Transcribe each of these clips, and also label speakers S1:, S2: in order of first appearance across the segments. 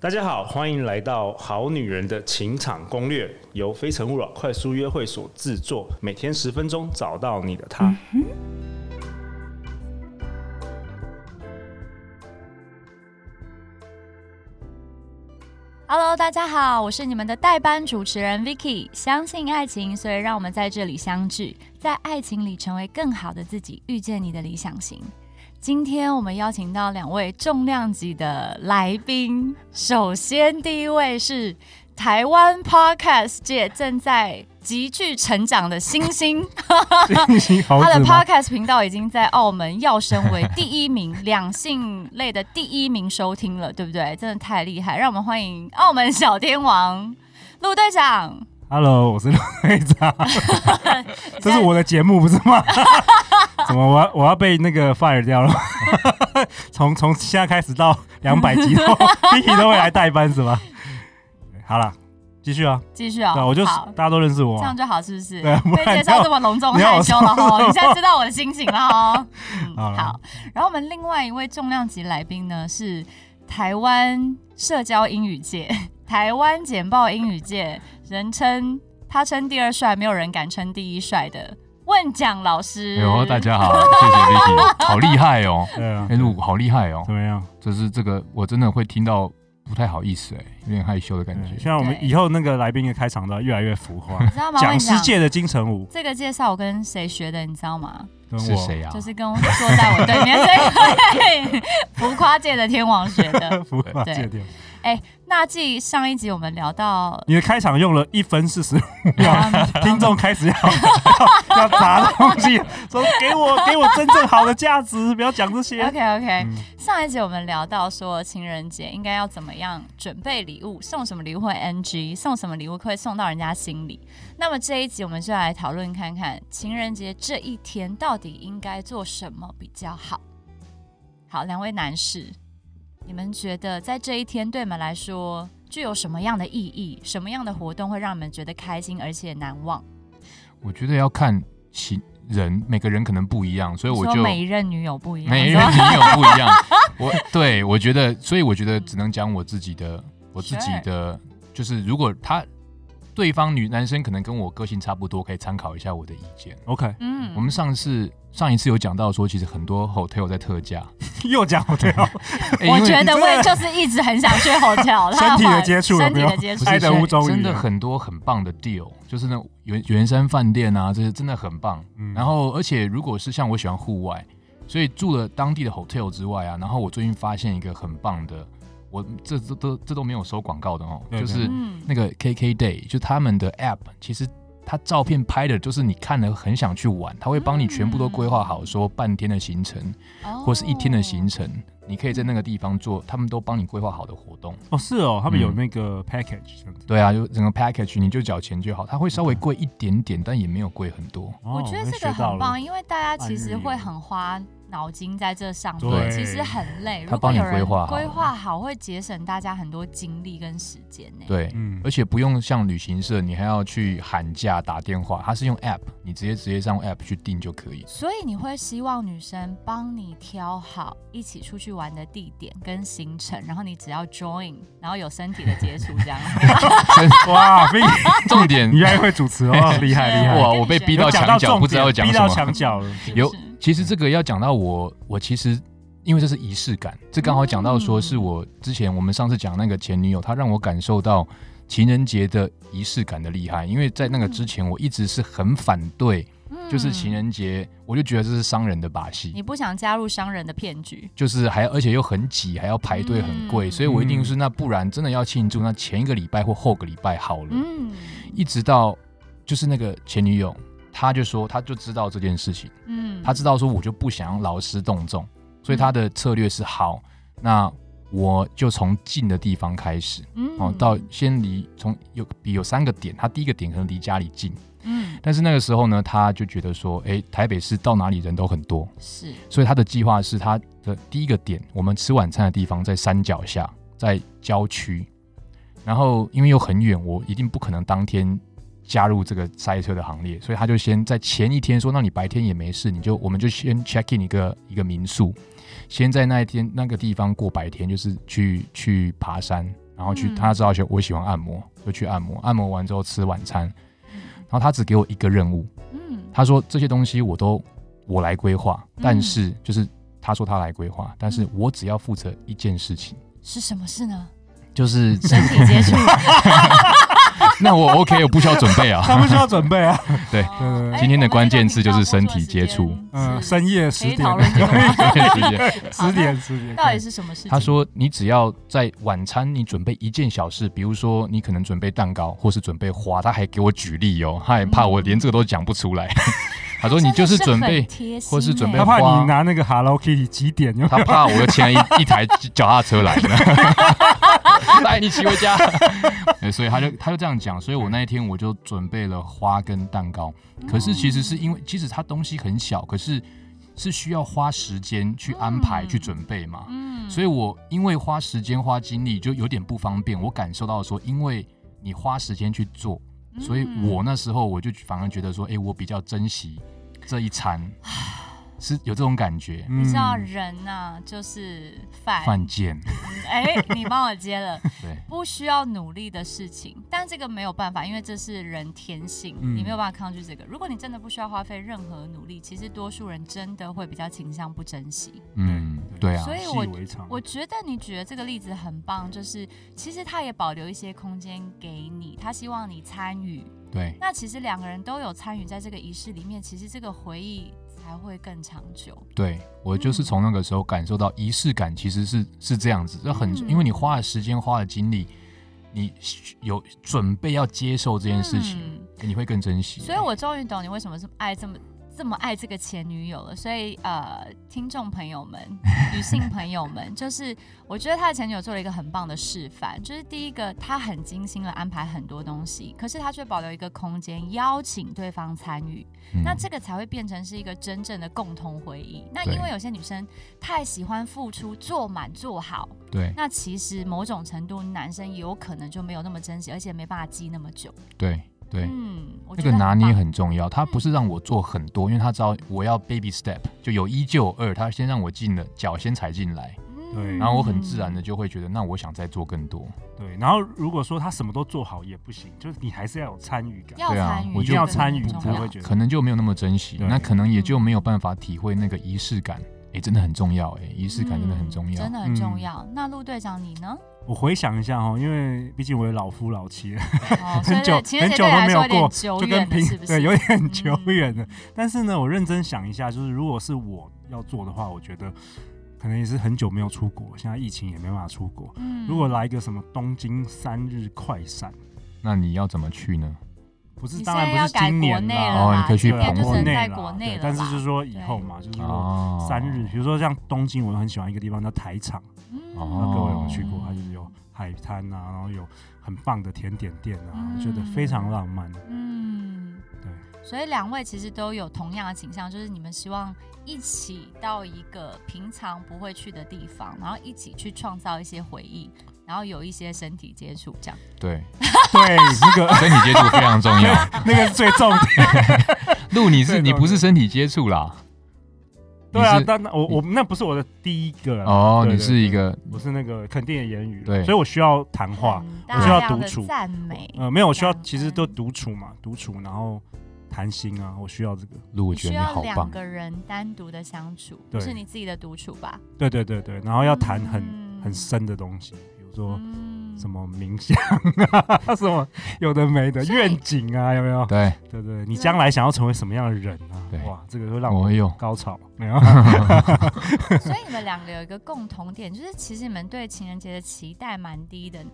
S1: 大家好，欢迎来到《好女人的情场攻略》，由非诚勿扰快速约会所制作，每天十分钟，找到你的他。
S2: Hello，大家好，我是你们的代班主持人 Vicky。相信爱情，所以让我们在这里相聚，在爱情里成为更好的自己，遇见你的理想型。今天我们邀请到两位重量级的来宾，首先第一位是台湾 Podcast 界正在急剧成长的星星，
S3: 好
S2: 他的
S3: 子吗？
S2: Podcast 频道已经在澳门要升为第一名，两性类的第一名收听了，对不对？真的太厉害！让我们欢迎澳门小天王陆队长。
S3: Hello，我是陆队 长，这是我的节目不是吗？怎么我要我要被那个 fire 掉了？ 从从现在开始到两百 集都一起都会来代班是吗？好了，继续啊，
S2: 继续哦，
S3: 对啊，我就
S2: 好，
S3: 大家都认识我
S2: 这
S3: 啊
S2: 样，就好，是不是？
S3: 对啊不然
S2: 被介绍这么隆重
S3: 你要
S2: 害羞了
S3: 你要我
S2: 哈，
S3: 说
S2: 你现在知道我的心情 了哈。嗯，
S3: 好了
S2: 好。然后我们另外一位重量级来宾呢是台湾社交英语界、 台湾简报英语界，人称他称第二帅，没有人敢称第一帅的问讲老师。
S4: 哎呦，大家好，
S3: 嗯
S4: 谢谢 Vicky，好厉害哦！
S3: 对啊
S4: 哎、，陆好厉害哦
S3: 怎！么样？
S4: 就是这个，我真的会听到不太好意思哎、有点害羞的感
S3: 对
S4: 觉。
S3: 希望我们
S2: 对
S3: 以后那个来宾的开场都要越来越浮 夸，
S2: 你知啊道吗？
S3: 讲
S2: 问
S3: 师界的金城武
S2: 这个介绍我跟谁学的，你知道吗？
S3: 跟
S4: 是
S3: 我，
S4: 谁啊？
S2: 就是跟我坐在 我对面这位浮夸界的天王学的。
S3: 浮夸
S2: 对
S3: 界的。
S2: 那继上一集我们聊到
S3: 你的开场用了一分四十
S2: 啊
S3: 听众开始要要要砸东西，说给我给我真正好的价值，不要讲这些。
S2: OK OK，、
S3: 嗯
S2: 上一集我们聊到说情人节应该要怎么样准备礼物，送什么礼物会 NG，送什么礼物会送到人家心里。那么这一集我们就来讨论看看情人节这一天到底应该做什么比较好。好，两位男士，你们觉得在这一天对你们来说具有什么样的意义？什么样的活动会让你们觉得开心而且难忘？
S4: 我觉得要看情人，每个人可能不一样，所以我
S2: 说
S4: 就
S2: 每一任女友不一样，
S4: 每一
S2: 你
S4: 任
S2: 说
S4: 女友不一样。我对我觉得，所以我觉得只能讲我自己的，我自己的，就是如果他对方女男生可能跟我个性差不多，可以参考一下我的意见。
S3: OK，
S2: 嗯
S4: 我们上次上一次有讲到说，其实很多 hotel 在 特价，
S3: 又讲我对哦，
S4: 哎因
S2: 我
S4: 为
S2: 觉得
S3: 你
S2: 我
S3: 这
S2: 也就是一直很想去 hotel，
S3: 身体的
S2: 他
S3: 接触了
S2: 身体
S3: 没
S2: 的
S3: 有
S2: 接触，
S3: 爱的
S2: 对
S3: 无终于啊
S4: 真的很多很棒的 deal，就是那种圆圆山饭店啊，这些真的很棒。
S3: 嗯
S4: 然后，而且如果是像我喜欢户外，所以住了当地的 hotel 之外啊，然后我最近发现一个很棒的，我这这都这都没有收广告的哦，
S3: 对
S4: 就是
S2: 嗯，
S4: 那个 KK Day，就他们的 app，其实它照片拍的就是你看了很想去玩，它会帮你全部都规划好，说半天的行程或是一天的行
S2: 哦，
S4: 程，你可以在那个地方做，他们都帮你规划好的活动。
S3: 哦是哦，他们有
S4: 嗯
S3: 那个 package 这样子。
S4: 对啊，就整个 package 你就缴钱就好，它会稍微贵一点点，但也没有贵很多。
S3: 哦
S2: 我觉得这个
S3: 学到
S2: 很
S3: 了
S2: 棒，因为大家其实会很花脑筋在这上面，
S3: 对
S2: 其实很累。
S4: 他
S2: 如果
S4: 帮你
S2: 有人
S4: 规划好
S2: 规划好，会节省大家很多精力跟时间呢。
S4: 对，
S3: 嗯
S4: 而且不用像旅行社，你还要去喊价打电话，它是用 app，你直接直接上 app 去订就可以。
S2: 所以你会希望女生帮你挑好一起出去玩的地点跟行程，然后你只要 join，然后有身体的接触这样。
S3: 哇，非
S4: 重点
S3: 你越来越会主持 哦，厉害厉害。
S4: 哇，
S2: 跟你
S4: 我被
S2: 学
S4: 逼
S2: 的
S4: 到
S3: 有讲到
S4: 墙角，
S3: 重
S4: 不知道要
S3: 点，
S4: 讲
S3: 逼
S4: 什
S3: 到
S4: 么。
S3: 墙角 了。
S4: 有
S2: 是，
S4: 其实这个要讲到我，我其实因为这是仪式感，这刚好讲到说是我之前我们上次讲那个前女友，她让我感受到情人节的仪式感的厉害，因为在那个之前我一直是很反对，就是情
S2: 嗯，
S4: 人节，我就觉得这是商人的把
S2: 你
S4: 戏。
S2: 不想加入商人的骗局。
S4: 就是还而且又很挤，还要排队，很贵，
S2: 嗯
S4: 所以我一定
S3: 嗯
S4: 是那不然真的要庆祝，那前一个礼拜或后个礼拜好了。
S2: 嗯
S4: 一直到就是那个前女友，她就说她就知道这件事情，
S2: 嗯
S4: 他知道说我就不想要劳师动众，所以他的策略是好，那我就从近的地方开始，
S2: 嗯
S4: 哦，到先离从有比有三个点，他第一个点可能离家里近，
S2: 嗯
S4: 但是那个时候呢，他就觉得说，诶，台北市到哪里人都很多，
S2: 是
S4: 所以他的计划是他的第一个点，我们吃晚餐的地方在山脚下，在郊区，然后因为又很远，我一定不可能当天加入这个塞车的行列，所以他就先在前一天说，那你白天也没事，你就我们就先 check in 一个一个民宿，先在那一天那个地方过白天，就是去去爬山，然后去
S2: 嗯
S4: 他知道喜我喜欢按摩，就去按摩，按摩完之后吃晚餐，然后他只给我一个任务，
S2: 嗯
S4: 他说这些东西我都我来规划，但
S2: 嗯
S4: 是就是他说他来规划，但是我只要负责一件事情，
S2: 是什么事呢？
S4: 就是
S2: 身体接触。
S4: 那我 OK，我不需要准 备啊，
S3: 他们需要准备啊。
S4: 对
S2: 哦
S4: 今天的关键字就是身体接触
S3: 嗯，
S2: 身
S3: 深夜
S2: 可以
S3: 十点，
S2: 讨论这个 吗
S4: 时间
S3: 十点，十点，
S2: 到底是什么事情？
S4: 他说：“你只要在晚餐你准备一件小事，比如说你可能准备蛋糕，或是准备花。”他还给我举例哦，他也怕我连这个都讲不出来。 他说：“你就是准
S2: 嗯真的是
S4: 备，
S2: 很贴心
S4: 或是准备
S3: 他
S2: 欸
S3: 怕
S4: 花
S3: 你拿那个 Hello Kitty 几点？因为
S4: 他怕我又牵了一一台脚踏车来呢，带你骑回家。对”所以他就他就这样讲，所以我那一天我就准备了花跟蛋糕。可是其实是因为，其实它东西很小，可是是需要花时间去安排、
S2: 嗯
S4: 去准备嘛。
S2: 嗯
S4: 所以我因为花时间花精力就有点不方便，我感受到说，因为你花时间去做，
S2: 嗯
S4: 所以我那时候我就反而觉得说，哎、我比较珍惜这一餐，是有这种感觉。
S3: 嗯
S2: 你知道人呐、就是饭。
S4: 犯贱，
S2: 哎、你帮我接了，
S4: 对，
S2: 不需要努力的事情，但这个没有办法，因为这是人天性，
S3: 嗯
S2: 你没有办法抗拒这个。如果你真的不需要花费任何努力，其实多数人真的会比较倾向不珍惜。
S4: 嗯，对啊
S2: 所，以
S3: 习
S2: 我
S3: 以为常。
S2: 我觉得你举的这个例子很棒，就是其实他也保留一些空间给你，他希望你参与。
S4: 对，
S2: 那其实两个人都有参与在这个仪式里面，其实这个回忆才会更长久。
S4: 对我
S2: 嗯
S4: 就是从那个时候感受到仪式感其实是是这样子，这很，
S2: 嗯
S4: 因为你花了时间，花了精力，你有准备要接受这件事情，
S2: 嗯
S4: 你会更珍惜。
S2: 所以我终于懂你为什么是爱这么这么爱这个前女友了。所以呃，听众朋友们、女 性朋友们，就是我觉得他的前女友做了一个很棒的示范，就是第一个，他很精心的安排很多东西，可是他却保留一个空间，邀请对方参与，
S4: 嗯
S2: 那这个才会变成是一个真正的共同回忆。那
S4: 对
S2: 因为有些女生太喜欢付出、做满、做好，
S4: 对
S2: 那其实某种程度男生有可能就没有那么珍惜，而且没办法记那么久。
S4: 对对，
S2: 嗯，我
S4: 那
S2: 觉得嗯
S4: 个拿
S2: 很
S4: 捏
S2: 棒
S4: 很重要，他不是让我做很多，因为他知道我要 baby step，就有一就有二，他先让我进了脚先踩进来，
S3: 对
S2: 嗯
S4: 然后我很自然的就会觉得，那我想再做更多，
S3: 对，然后如果说他什么都做好也不行，就是你还是要有参与感，
S2: 要
S4: 对啊
S2: 参与，
S4: 我
S3: 一定
S4: 就
S3: 要
S2: 对
S3: 参与
S2: 很重
S3: 才
S2: 要嗯
S3: 会觉
S4: 可
S3: 得。
S4: 能就没有那么珍惜，
S3: 对
S4: 那可能也就没有办法体会那个仪式感。哎，真的很重要，哎，仪式感真的很重
S2: 嗯
S4: 要
S2: 真。的很重
S3: 嗯
S2: 要。那陆队长你 呢？
S3: 我回想一下哦，因为毕竟我也老夫老妻了，
S2: 哦，所以
S3: 很久
S2: 情人
S3: 很久
S2: 节对你
S3: 都
S2: 来
S3: 没
S2: 说
S3: 有
S2: 有点
S3: 过
S2: 久
S3: 就跟
S2: 远了，
S3: 平
S2: 是不是？
S3: 对有点
S2: 嗯
S3: 久远的。但是呢，我认真想一下，就是如果是我要做的话，我觉得可能也是很久没有出国，现在疫情也没办法出国。
S2: 嗯
S3: 如果来一个什么东京三日快闪，
S4: 那你要怎么去呢？
S3: 不是
S2: 你
S3: 当
S2: 现
S3: 然
S2: 在
S3: 不
S2: 要
S3: 是
S2: 改
S3: 今
S2: 国
S3: 年
S2: 内
S3: 啦啊
S2: 了
S4: 哦
S2: 啦，
S4: 你可以去
S2: 今天
S4: 澎
S2: 就
S4: 湖
S2: 只能
S3: 内
S2: 在
S3: 啦
S2: 国
S3: 对
S2: 内了啦。
S3: 但是就是说以后嘛，就是说
S4: 哦，
S3: 三日，比如说像东京，我很喜欢一个地方叫台场，
S2: 嗯
S3: 那各位有没有
S4: 哦
S3: 去过？它就是有海滩啊，然后有很棒的甜点店啊，
S2: 嗯
S3: 我觉得非常浪漫。
S2: 嗯，
S3: 对，
S2: 所以两位其实都有同样的倾向，就是你们希望一起到一个平常不会去的地方，然后一起去创造一些回忆，然后有一些身体接触，这样。
S4: 对，
S3: 对，那个
S4: 身体接触非常重要。
S3: 那个是最重点。
S4: 路，你是
S3: 对
S4: 你不是身体接触啦？
S3: 对啊
S4: 你，是
S3: 但那我我那不是我的第一个啦
S4: 哦，
S3: 对
S4: 你
S3: 对
S4: 是一
S3: 对
S4: 个
S3: 我是那个肯定的言语，
S4: 对嗯
S3: 所以我需要谈话。
S2: 很
S3: 我需要
S2: 嗯大量
S3: 独
S2: 的
S3: 处
S2: 赞美。
S3: 呃，没有，我需要
S2: 感
S3: 其实都
S2: 恩
S3: 独处嘛，独处，然后谈心啊，我需要这个。
S4: 路，我
S2: 你
S4: 觉
S2: 需
S4: 得你
S2: 要
S4: 好
S2: 两
S4: 棒。
S2: 个人单独的相处，
S3: 对
S2: 是你自己的独处吧？
S3: 对对对对，然后要谈很、
S2: 嗯
S3: 很深的东西，比如说
S2: 嗯
S3: 什么冥想啊， 什么有的没的
S2: 所以
S3: 愿景啊，有没有？
S4: 对，
S3: 对对，你
S2: 对
S3: 将来想要成为什么样的人啊
S4: 对？
S3: 哇，这个会让我
S4: 我有。
S3: 高潮，没有？
S4: 啊
S2: 所以你们两个有一个共同点，就是其实你们对情人节的期待蛮低的呢。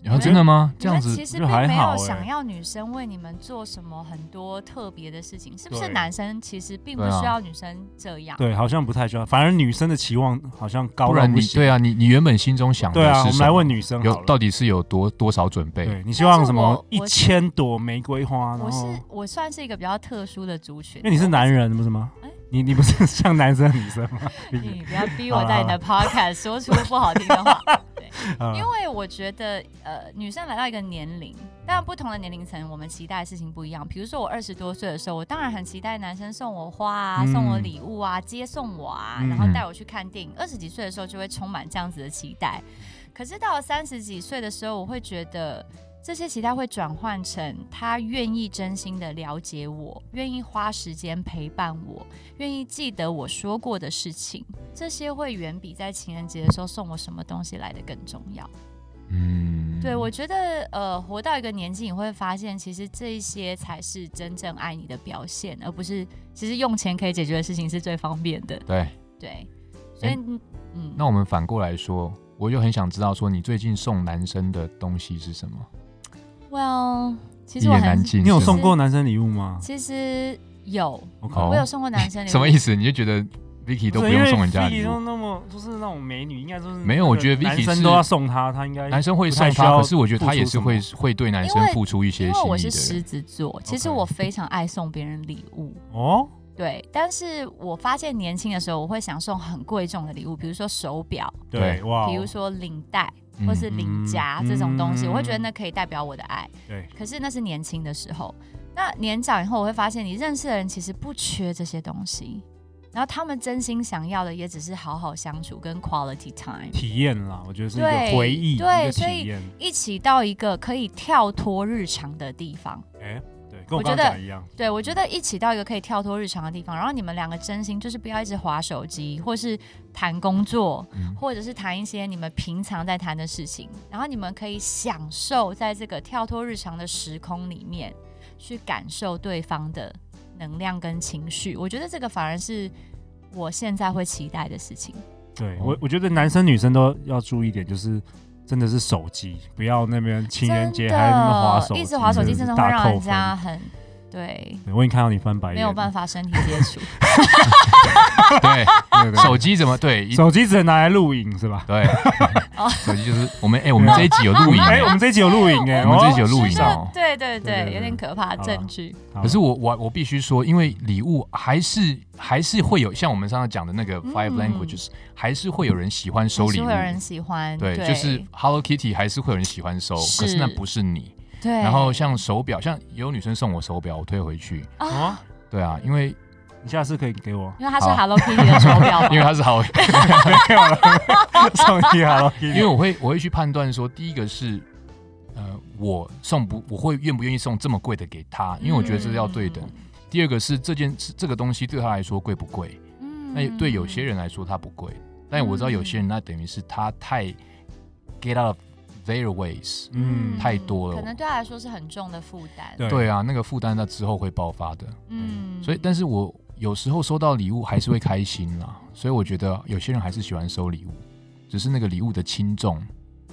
S4: 然哦后真的吗？这样
S2: 你们
S4: 子
S2: 其
S3: 就
S2: 实并
S3: 还
S2: 没
S3: 好欸
S2: 有想要女生为你们做什么很多特别的事情，是不是？
S3: 对
S2: 男生其实并不
S4: 对啊
S2: 需要女生这 样。
S3: 对，好像不太需要，反而女生的期望好像高
S4: 不
S3: 到
S4: 然
S3: 不
S4: 你
S3: 行。
S4: 对啊，你你原本心中想的
S3: 对啊，我
S4: 是
S3: 们
S4: 什
S3: 来
S4: 么？
S3: 问女生好
S4: 有
S3: 了。
S4: 到底是有多多少准备？
S3: 对你希望什
S2: 但
S3: 么
S2: 是
S3: 一
S2: 我我是
S3: 千朵玫瑰花，啊然
S2: 我是
S3: 后
S2: 我算是一个比较特殊的族群，哦
S3: 因为你是男人不是吗
S2: 哎？
S3: 你你不是像男生女 生吗？
S2: 你不要逼我在你的 podcast 说出不好听 的话，
S3: 啊
S2: 因为我觉得呃，女生来到一个年龄，当然不同的年龄层，我们期待的事情不一样。比如说我二十多岁的时候，我当然很期待男生送我花啊、
S3: 嗯
S2: 送我礼物啊、接送我啊，
S3: 嗯
S2: 然后带我去看电影。二十几岁的时候就会充满这样子的期待。可是到了三十几岁的时候，我会觉得这些期待会转换成他愿意真心的了解我，愿意花时间陪伴我，愿意记得我说过的事情，这些会远比在情人节的时候送我什么东西来的更重要。
S4: 嗯，
S2: 对我觉得，呃，活到一个年纪，你会发现，其实这一些才是真正爱你的表现，而不是其实用钱可以解决的事情是最方便的。
S4: 对。
S2: 对，所以、
S4: 诶
S2: 嗯，
S4: 哎那我们反过来说，我就很想知道说你最近送男生的东西是什么？
S2: Well，其
S4: 一
S2: 实我
S4: 言难
S2: 很，
S4: 尽。
S3: 你有送
S4: 是
S3: 过男生礼物吗？
S2: 其实有，
S3: 我
S4: 哦
S3: 靠
S2: 我，有送过男生
S4: 吗
S2: 礼物。
S4: 什么意思？你就觉得 Vicky 都不用送人家礼
S3: 因为 Vicky 都
S4: 物？
S3: 那么就是那种美女，应该就是
S4: 没有我觉得 Vicky
S3: 男生都要送她，她应该
S4: 男生会送
S3: 不太需
S4: 他，
S3: 要
S4: 可是我觉得他也是会
S3: 付
S4: 会对男生付出一些
S2: 因为
S4: 心
S2: 我
S4: 意
S2: 是
S4: 的
S2: 狮
S4: 人。
S2: 子座，其实
S3: OK
S2: 我非常爱送别人礼物。
S3: 哦，
S2: 对，但是我发现年轻的时候，我会想送很贵重的礼物，比如说手表，
S3: 对
S4: 对
S3: 哇哦，
S2: 比如说领带
S4: 嗯
S2: 或是领夹
S3: 嗯
S2: 这种东西，
S3: 嗯
S2: 我会觉得那可以代表我的爱。
S3: 对
S2: 可是那是年轻的时候，那年长以后，我会发现你认识的人其实不缺这些东西，然后他们真心想要的也只是好好相处跟 quality time。
S3: 体验啦，我觉得是一
S2: 对
S3: 个回忆，一
S2: 对
S3: 个
S2: 所
S3: 体
S2: 以
S3: 验。
S2: 一起到一个可以跳脱日常的地方。
S3: 哎，对，跟
S2: 我
S3: 我
S2: 觉
S3: 刚
S2: 得
S3: 刚讲一样，
S2: 对我觉得一起到一个可以跳脱日常的地方，然后你们两个真心就是不要一直划手机，或是谈工作，
S4: 嗯
S2: 或者是谈一些你们平常在谈的事情，然后你们可以享受在这个跳脱日常的时空里面，去感受对方的能量跟情绪。我觉得这个反而是我现在会期待的事情。
S3: 对
S4: 哦
S3: 我我觉得男生女生都要注意一点，就是。真的是手机，不要那边情人节
S2: 真的
S3: 还那么划手机，
S2: 一直划手机真的会让人
S3: 是大
S2: 家
S3: 扣哎
S2: 很对。
S3: 分。对我已经看到你翻白眼，
S2: 没有办法身体接 触，
S4: 对，
S3: 对。对
S4: 手机怎么对？一
S3: 手机只能拿来录影是吧？
S4: 对
S2: 哦，
S4: 手机就是我们哎，我们这一集有录影
S3: 哎，我
S4: 哎，
S3: 们这一集有录影哎，
S4: 我们这一
S3: 哦
S4: 集有录影
S2: 是
S4: 哦。
S2: 对对
S3: 对对
S2: 对，
S3: 对
S2: 有点可怕
S3: 好
S2: 证据。
S3: 好
S4: 啊可是我我我必须说，因为礼物还是还是会有像我们上次讲的那个 Five
S2: 嗯
S4: Languages，、还是会有人喜欢收
S2: 还
S4: 礼
S2: 是
S4: 物
S2: 会。有人喜欢，
S4: 对，就是 Hello Kitty 还是会有人喜欢收，
S2: 是
S4: 可是那不是你。
S2: 对。
S4: 然后像手表，像有女生送我手表，我退回去。
S2: 啊，
S3: 啊，
S4: 对啊，因为
S3: 你下次可以给 我
S2: 因为它是
S4: 好
S2: Hello Kitty 的手表嘛，
S4: 因为它是好，
S3: 没有了，送你好 了，
S4: 因为我会我会去判断说，第一个是，呃，我送不我会愿不愿意送这么贵的给他，因为我觉得这是要对等。第二个是这件这个东西对他来说贵不贵？
S2: 嗯。
S4: 那哎对有些人来说它不贵，但我知道有些人那等于是他太 get out of their ways。
S3: 嗯
S4: 太多了
S2: 可能对他来说是很重的负担。
S3: 对
S4: 对啊，那个负担那之后会爆发的。
S2: 嗯
S4: 所以，但是我有时候收到礼物还是会开心啦。所以我觉得有些人还是喜欢收礼物，只是那个礼物的轻重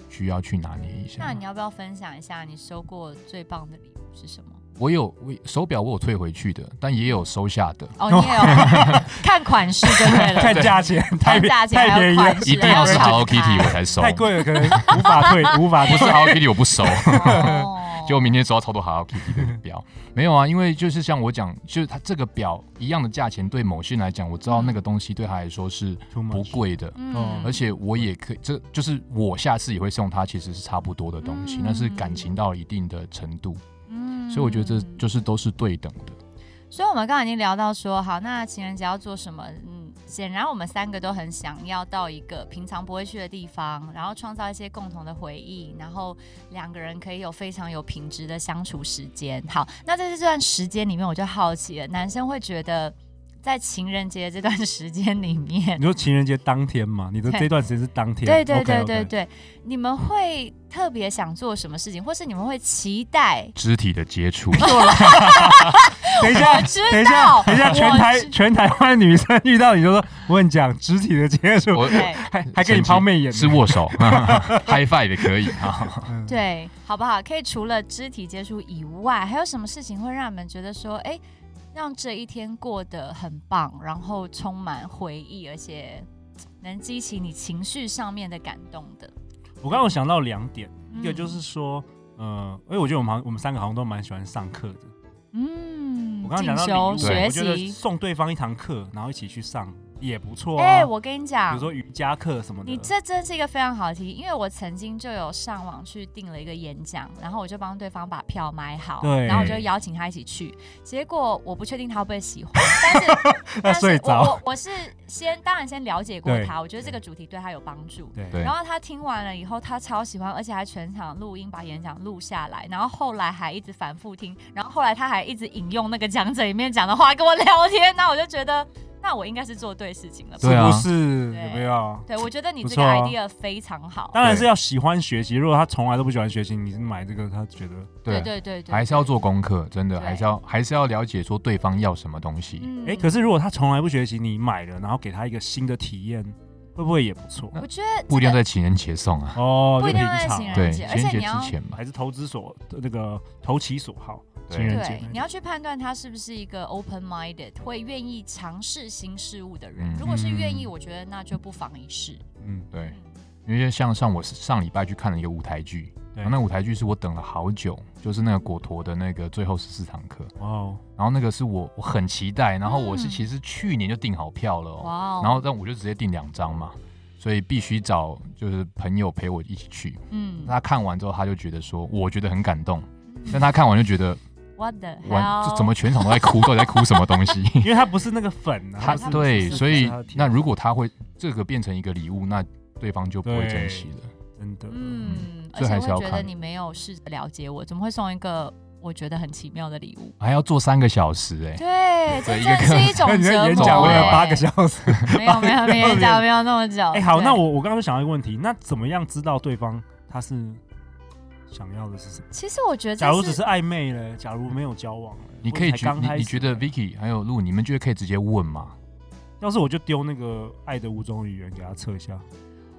S4: 需要去拿捏一
S2: 那
S4: 下
S2: 你。要不要分享一下你收过最棒的礼物是什么？
S4: 我有我手表，我有退回去的，但也有收下的。
S2: 哦，你也有 看款式就对了，
S3: 看价钱，太
S2: 看价钱
S3: 太
S2: 还
S3: 便
S2: 有
S3: 宜了
S2: 款，式，
S4: 一定要
S2: 还
S4: 是
S2: 有
S4: Hello
S2: 品牌
S4: Kitty 我才收，
S3: 太贵了，可能无法退，无法
S4: 不
S3: 退
S4: 是 Hello Kitty 我不收。
S2: 哦
S4: 结果明天收到超多 Hello Kitty 的表，没有啊，因为就是像我讲，就是它这个表一样的价钱，对某些人来讲，我知道那个东西对他来说是不，贵的，
S2: 嗯
S4: 而且我也可以，这就是我下次也会送他，其实是差不多的东西，
S2: 嗯
S4: 那是感情到一定的程度，
S2: 嗯
S4: 所以我觉得这就是都是对等的。
S2: 所以我们刚刚已经聊到说，好，那情人节要做什么？嗯，显然我们三个都很想要到一个平常不会去的地方，然后创造一些共同的回忆，然后两个人可以有非常有品质的相处时间。好，那在这段时间里面，我就好奇了，男生会觉得在情人节这段时间里面
S3: 你，说情人节当天嘛？你的
S2: 对
S3: 这段时间是当天，
S2: 对对对
S3: OK，OK
S2: 对对，你们会特别想做什么事情，或是你们会期待？
S4: 肢体的接 触，
S3: 等一
S2: 我
S3: 下，
S2: 知
S3: 等一
S2: 道
S3: 下，，等一下，全
S2: 我
S3: 台
S2: 知
S3: 全台湾女生遇到你就说，我跟你讲，肢体的接触，
S4: 我
S2: 对。
S3: 还还跟你抛媚眼，
S4: 是握 手，high five 也可以啊。
S3: 嗯，
S2: 对，好不好？可以除了肢体接触以外，还有什么事情会让你们觉得说，哎，让这一天过得很棒，然后充满回忆，而且嘖能激起你情绪上面的感动的？
S3: 我刚刚有想到两点，一个
S2: 嗯
S3: 就是说，呃，因为我觉得我们好像我们三个好像都蛮喜欢上课的。
S2: 嗯
S3: 我刚刚
S2: 进
S3: 讲到
S2: 修
S3: 礼物，
S4: 对
S2: 嗯学
S3: 我觉得
S2: 习，
S3: 送对方一堂课，然后一起去上，也不错
S2: 哎、
S3: 啊。
S2: 我跟你
S3: 比
S2: 讲
S3: 如，说瑜伽课什么的，
S2: 你这真是一个非常好的提议，因为我曾经就有上网去订了一个演讲，然后我就帮对方把票买好，
S3: 对
S2: 然后我就邀请他一起去。结果我不确定他会不会喜欢，但是
S3: 那
S2: 但是
S3: 睡
S2: 我
S3: 着
S2: 我，我是先当然先了解过
S3: 对
S2: 他，我觉得这个主题对他有帮助。
S3: 对
S4: 对
S2: 然后他听完了以后，他超喜欢，而且还全场录音把演讲录下来，然后后来还一直反复听，然后后来他还一直引用那个讲者里面讲的话跟我聊天，那我就觉得，那我应该是做对事情了吧？
S4: 对
S3: 是
S4: 啊
S3: 不是？
S2: 对
S3: 有没有？
S2: 对，我觉得你
S3: 不
S2: 这个
S3: 错啊
S2: idea 非常好。
S3: 当然是要喜欢学习。如果他从来都不喜欢学习，你买这个，他觉得
S2: 对
S4: 对啊
S2: 对对对，
S4: 还是要做功课，真的
S2: 对
S4: 还是要还是要了解说对方要什么东西。
S2: 嗯
S3: 哎、可是如果他从来不学习，你买了，然后给他一个新的体验，会不会也不错？
S2: 我觉得
S4: 不一定要
S2: 这个
S4: 在情人节送啊，
S3: 哦，
S2: 不一定
S3: 就
S2: 要在
S3: 平常
S2: 情人
S4: 对，
S2: 节
S4: 情
S2: 而
S4: 人
S2: 且
S4: 节
S2: 你要
S4: 之前吧
S3: 还，是投资所那个投其所好，
S4: 对
S3: 情人节
S2: 对，你要去判断他是不是一个 open minded，会愿意尝试新事物的人。
S4: 嗯
S2: 如果是愿意，
S3: 嗯
S2: 我觉得那就不妨一试。
S3: 嗯，
S4: 对，
S2: 嗯
S4: 因为像像我上礼拜去看了一个舞台剧，
S3: 对
S4: 然后那舞台剧是我等了好久，就是那个果陀的那个最后十四堂课，
S3: 哇哦，
S4: 然后那个是我我很期待，然后我是
S2: 嗯
S4: 其实去年就订好票了、哦，
S2: 哇哦，
S4: 然后但我就直接订两张嘛，所以必须找就是朋友陪我一起去。
S2: 嗯
S4: 他看完之后，他就觉得说，我觉得很感动，但他看完就觉得
S2: ，what the
S4: 完
S2: hell？
S4: 这怎么全场都在哭，到底在哭什么东 西？
S3: 因为他不是那个粉啊，
S4: 他
S3: 不是
S4: 对，
S3: 不是
S4: 所
S3: 不
S4: 以
S3: 是他的体
S4: 那
S3: 验
S4: 如果他会这个变成一个礼物，那对方就不会珍惜了。
S3: 真的，
S2: 嗯，而
S4: 这
S2: 且
S4: 还
S2: 会
S4: 是要
S2: 觉得
S4: 看
S2: 你没有试着了解我，怎么会送一个我觉得很奇妙的礼物？
S4: 还要做三个小时哎、
S2: 对，这
S4: 对一
S2: 真
S4: 个
S2: 的是一种
S3: 那你
S2: 折
S3: 的
S2: 磨。
S3: 演讲
S4: 我
S3: 我
S4: 也
S3: 有
S2: 哎
S3: 八个小时，
S2: 没有没有没有演 讲没有那么久。
S3: 哎，好，
S2: 对
S3: 那我我刚刚就想到一个问题，那怎么样知道对方他是想要的是什么？
S2: 其实我觉得
S3: 假如只
S2: 这
S3: 是
S2: 是
S3: 暧昧了，假如没有交往了，
S4: 你
S3: 或
S4: 可以
S3: 者才
S4: 觉
S3: 刚
S4: 你
S3: 开
S4: 你
S3: 始
S4: 觉得 Vicky 还有露，你们觉得可以直接问吗？
S3: 要是我就丢那个《爱的五种语言》给他测一下，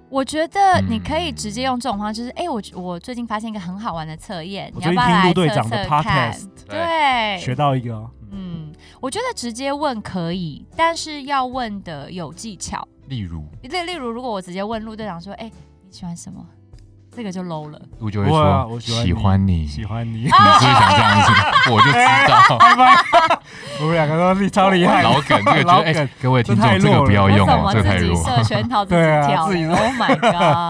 S2: 我觉得你可
S3: 嗯
S2: 以直接用这种方式，就是哎、我我最近发现一个很好玩的测验，
S3: 我最
S2: 你要不
S3: 近
S2: 要
S3: 听
S2: 来
S3: 陆队
S2: 测
S3: 长的
S2: 测看？
S3: podcast 学
S2: 对，
S3: 到一个哦，嗯
S2: 嗯，我觉得直接问可以，但是要问的有技巧。
S4: 例如，
S2: 例例如，如果我直接问陆队长说，哎、你喜欢什么？这个就 low 了。
S4: 露就会
S3: 不
S4: 说、
S3: 会啊我喜欢
S4: 喜欢你，
S3: 喜欢你，
S4: 你是不是想这样子？我就 知道。
S3: 我们两个都是哎超厉害的，
S4: 老梗，这个觉
S3: 老
S4: 得哎、
S3: 梗
S4: 各位听
S3: 这太
S4: 众，
S3: 弱了
S4: 这个不要
S2: 我
S4: 用
S2: 怎
S4: 哦
S2: 么，
S4: 这个太
S2: 自己
S4: 弱。
S2: 设圈 套自己
S3: 对啊
S2: 跳、
S3: 自己
S2: o h my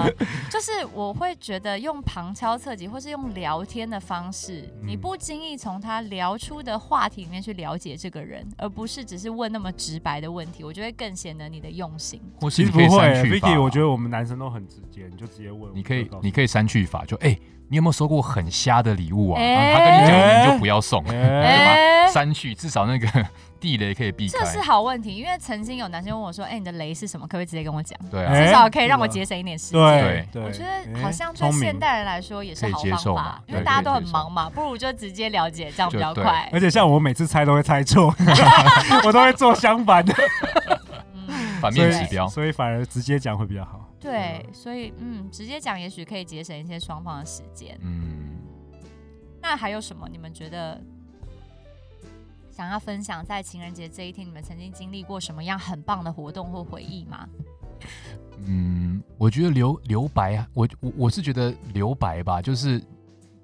S2: god！就是我会觉得用旁敲侧击，或是用聊天的方式，
S3: 嗯
S2: 你不经意从他聊出的话题里面去了解这个人，而不是只是问那么直白的问题，我觉得更显得你的用心。
S4: 或是
S3: 其
S4: 你
S3: 实不
S4: 可以
S3: 会
S4: 删去法
S3: ，Vicky，我觉得我们男生都很直接，你就直接问，
S4: 你可以
S3: 我就告诉
S4: 你可以删去法，就哎、你有没有收过很瞎的礼物啊？
S2: 哎
S4: 啊他跟你讲，你就不要送，
S3: 哎
S4: 吧
S2: 哎
S4: 删去，至少那个地雷可以避开
S2: 这。是好问题，因为曾经有男生问我说：“哎、你的雷是什么？可不可以直接跟我讲？
S4: 对啊，
S3: 哎
S2: 至少可以让我节省一点时间。
S3: 对
S4: 对
S3: 对，
S2: 我觉得好像
S3: 哎
S2: 对
S3: 聪
S2: 现
S3: 明。
S2: 代人来说也是
S4: 可以
S2: 好
S4: 接
S2: 方
S4: 受
S2: 法
S4: 嘛，
S2: 因为
S4: 对
S2: 大家
S4: 可以
S2: 都很
S4: 接受
S2: 忙嘛，不如就直接了解，这样比
S4: 就
S2: 较
S4: 对哎
S2: 快。
S3: 而且像我每次猜都会猜 错，我都会做相反的，
S2: 嗯，
S4: 反
S3: 所
S4: 面
S3: 以
S4: 指标。
S3: 所以反而直接讲会比较好。
S2: 对，所以嗯，直接讲也许可以节省一些双方的时间。
S4: 嗯，
S2: 那还有什么你们觉得想要分享在情人节这一天，你们曾经经历过什么样很棒的活动或回忆吗？
S4: 嗯，我觉得留留白啊，我我我是觉得留白吧，就是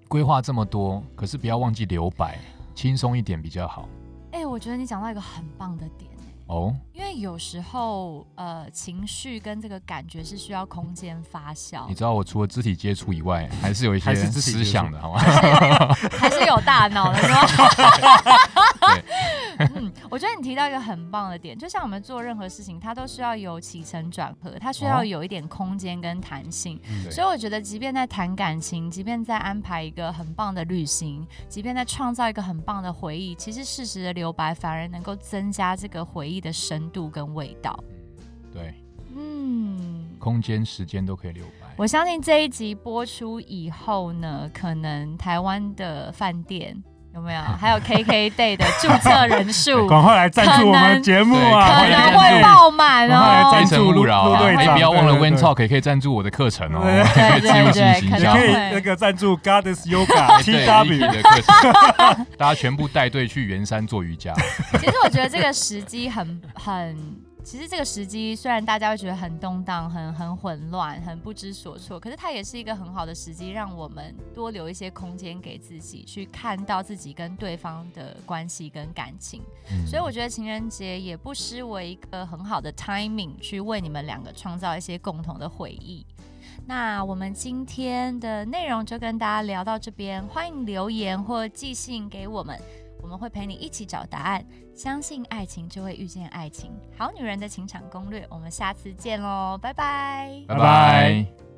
S4: 规划这么多，可是不要忘记留白，轻松一点比较好
S2: 哎、我觉得你讲到一个很棒的点、哎，
S4: 哦。
S2: 因为有时候呃，情绪跟这个感觉是需要空间发酵
S4: 你，知道我除了肢体接触以外，还是有一
S3: 还
S4: 些
S3: 是肢体接触
S4: 思想的，好吗？
S2: 还是有大脑的，是吧？
S4: 对，
S2: 嗯，我觉得你提到一个很棒的点，就像我们做任何事情，它都需要有起承转合，它需要
S4: 哦
S2: 有一点空间跟弹性。
S3: 嗯
S4: 对
S2: 所以我觉得，即便在谈感情，即便在安排一个很棒的旅行，即便在创造一个很棒的回忆，其实适时的留白反而能够增加这个回忆的深度跟味道。
S4: 对，
S2: 嗯。
S4: 空间、时间都可以留白。
S2: 我相信这一集播出以后呢，可能台湾的饭店有 没有，还有 KK Day 的注册人数
S3: 赶快来赞助我们节目啊！
S2: 可
S4: 可
S2: 能
S4: 能
S2: 会
S4: 会
S2: 爆满
S3: 赶快来
S2: 哦
S3: 赞
S4: 非。
S3: 助
S4: 诚勿扰
S3: 陆
S4: 啊！
S3: 队
S4: 哎，
S3: 长
S4: 不要忘
S3: 对
S4: 了
S3: 对
S4: Wen Talk 也可以赞助我的课程哦，
S3: 对
S4: 可以
S2: 对
S4: 进入
S2: 对
S4: 性行
S2: 可
S3: 也
S2: 能
S4: 销
S3: 可以。
S2: 对
S3: 那个赞助 Goddess
S4: 哎
S3: Yoga
S4: 对
S3: TW，
S4: Vicky 的课程， 大家全部带队去圆山做瑜伽。
S2: 其实我觉得这个时机很很其实这个时机虽然大家会觉得很动荡、很很混乱、很不知所措，可是它也是一个很好的时机，让我们多留一些空间给自己，去看到自己跟对方的关系跟感情。
S4: 嗯
S2: 所以我觉得情人节也不失为一个很好的 timing，去为你们两个创造一些共同的回忆。那我们今天的内容就跟大家聊到这边，欢迎留言或寄信给我们，我们会陪你一起找答案。相信爱情就会遇见爱情，好女人的情场攻略，我们下次见喽，拜拜。
S4: 拜
S3: 拜拜
S4: 拜。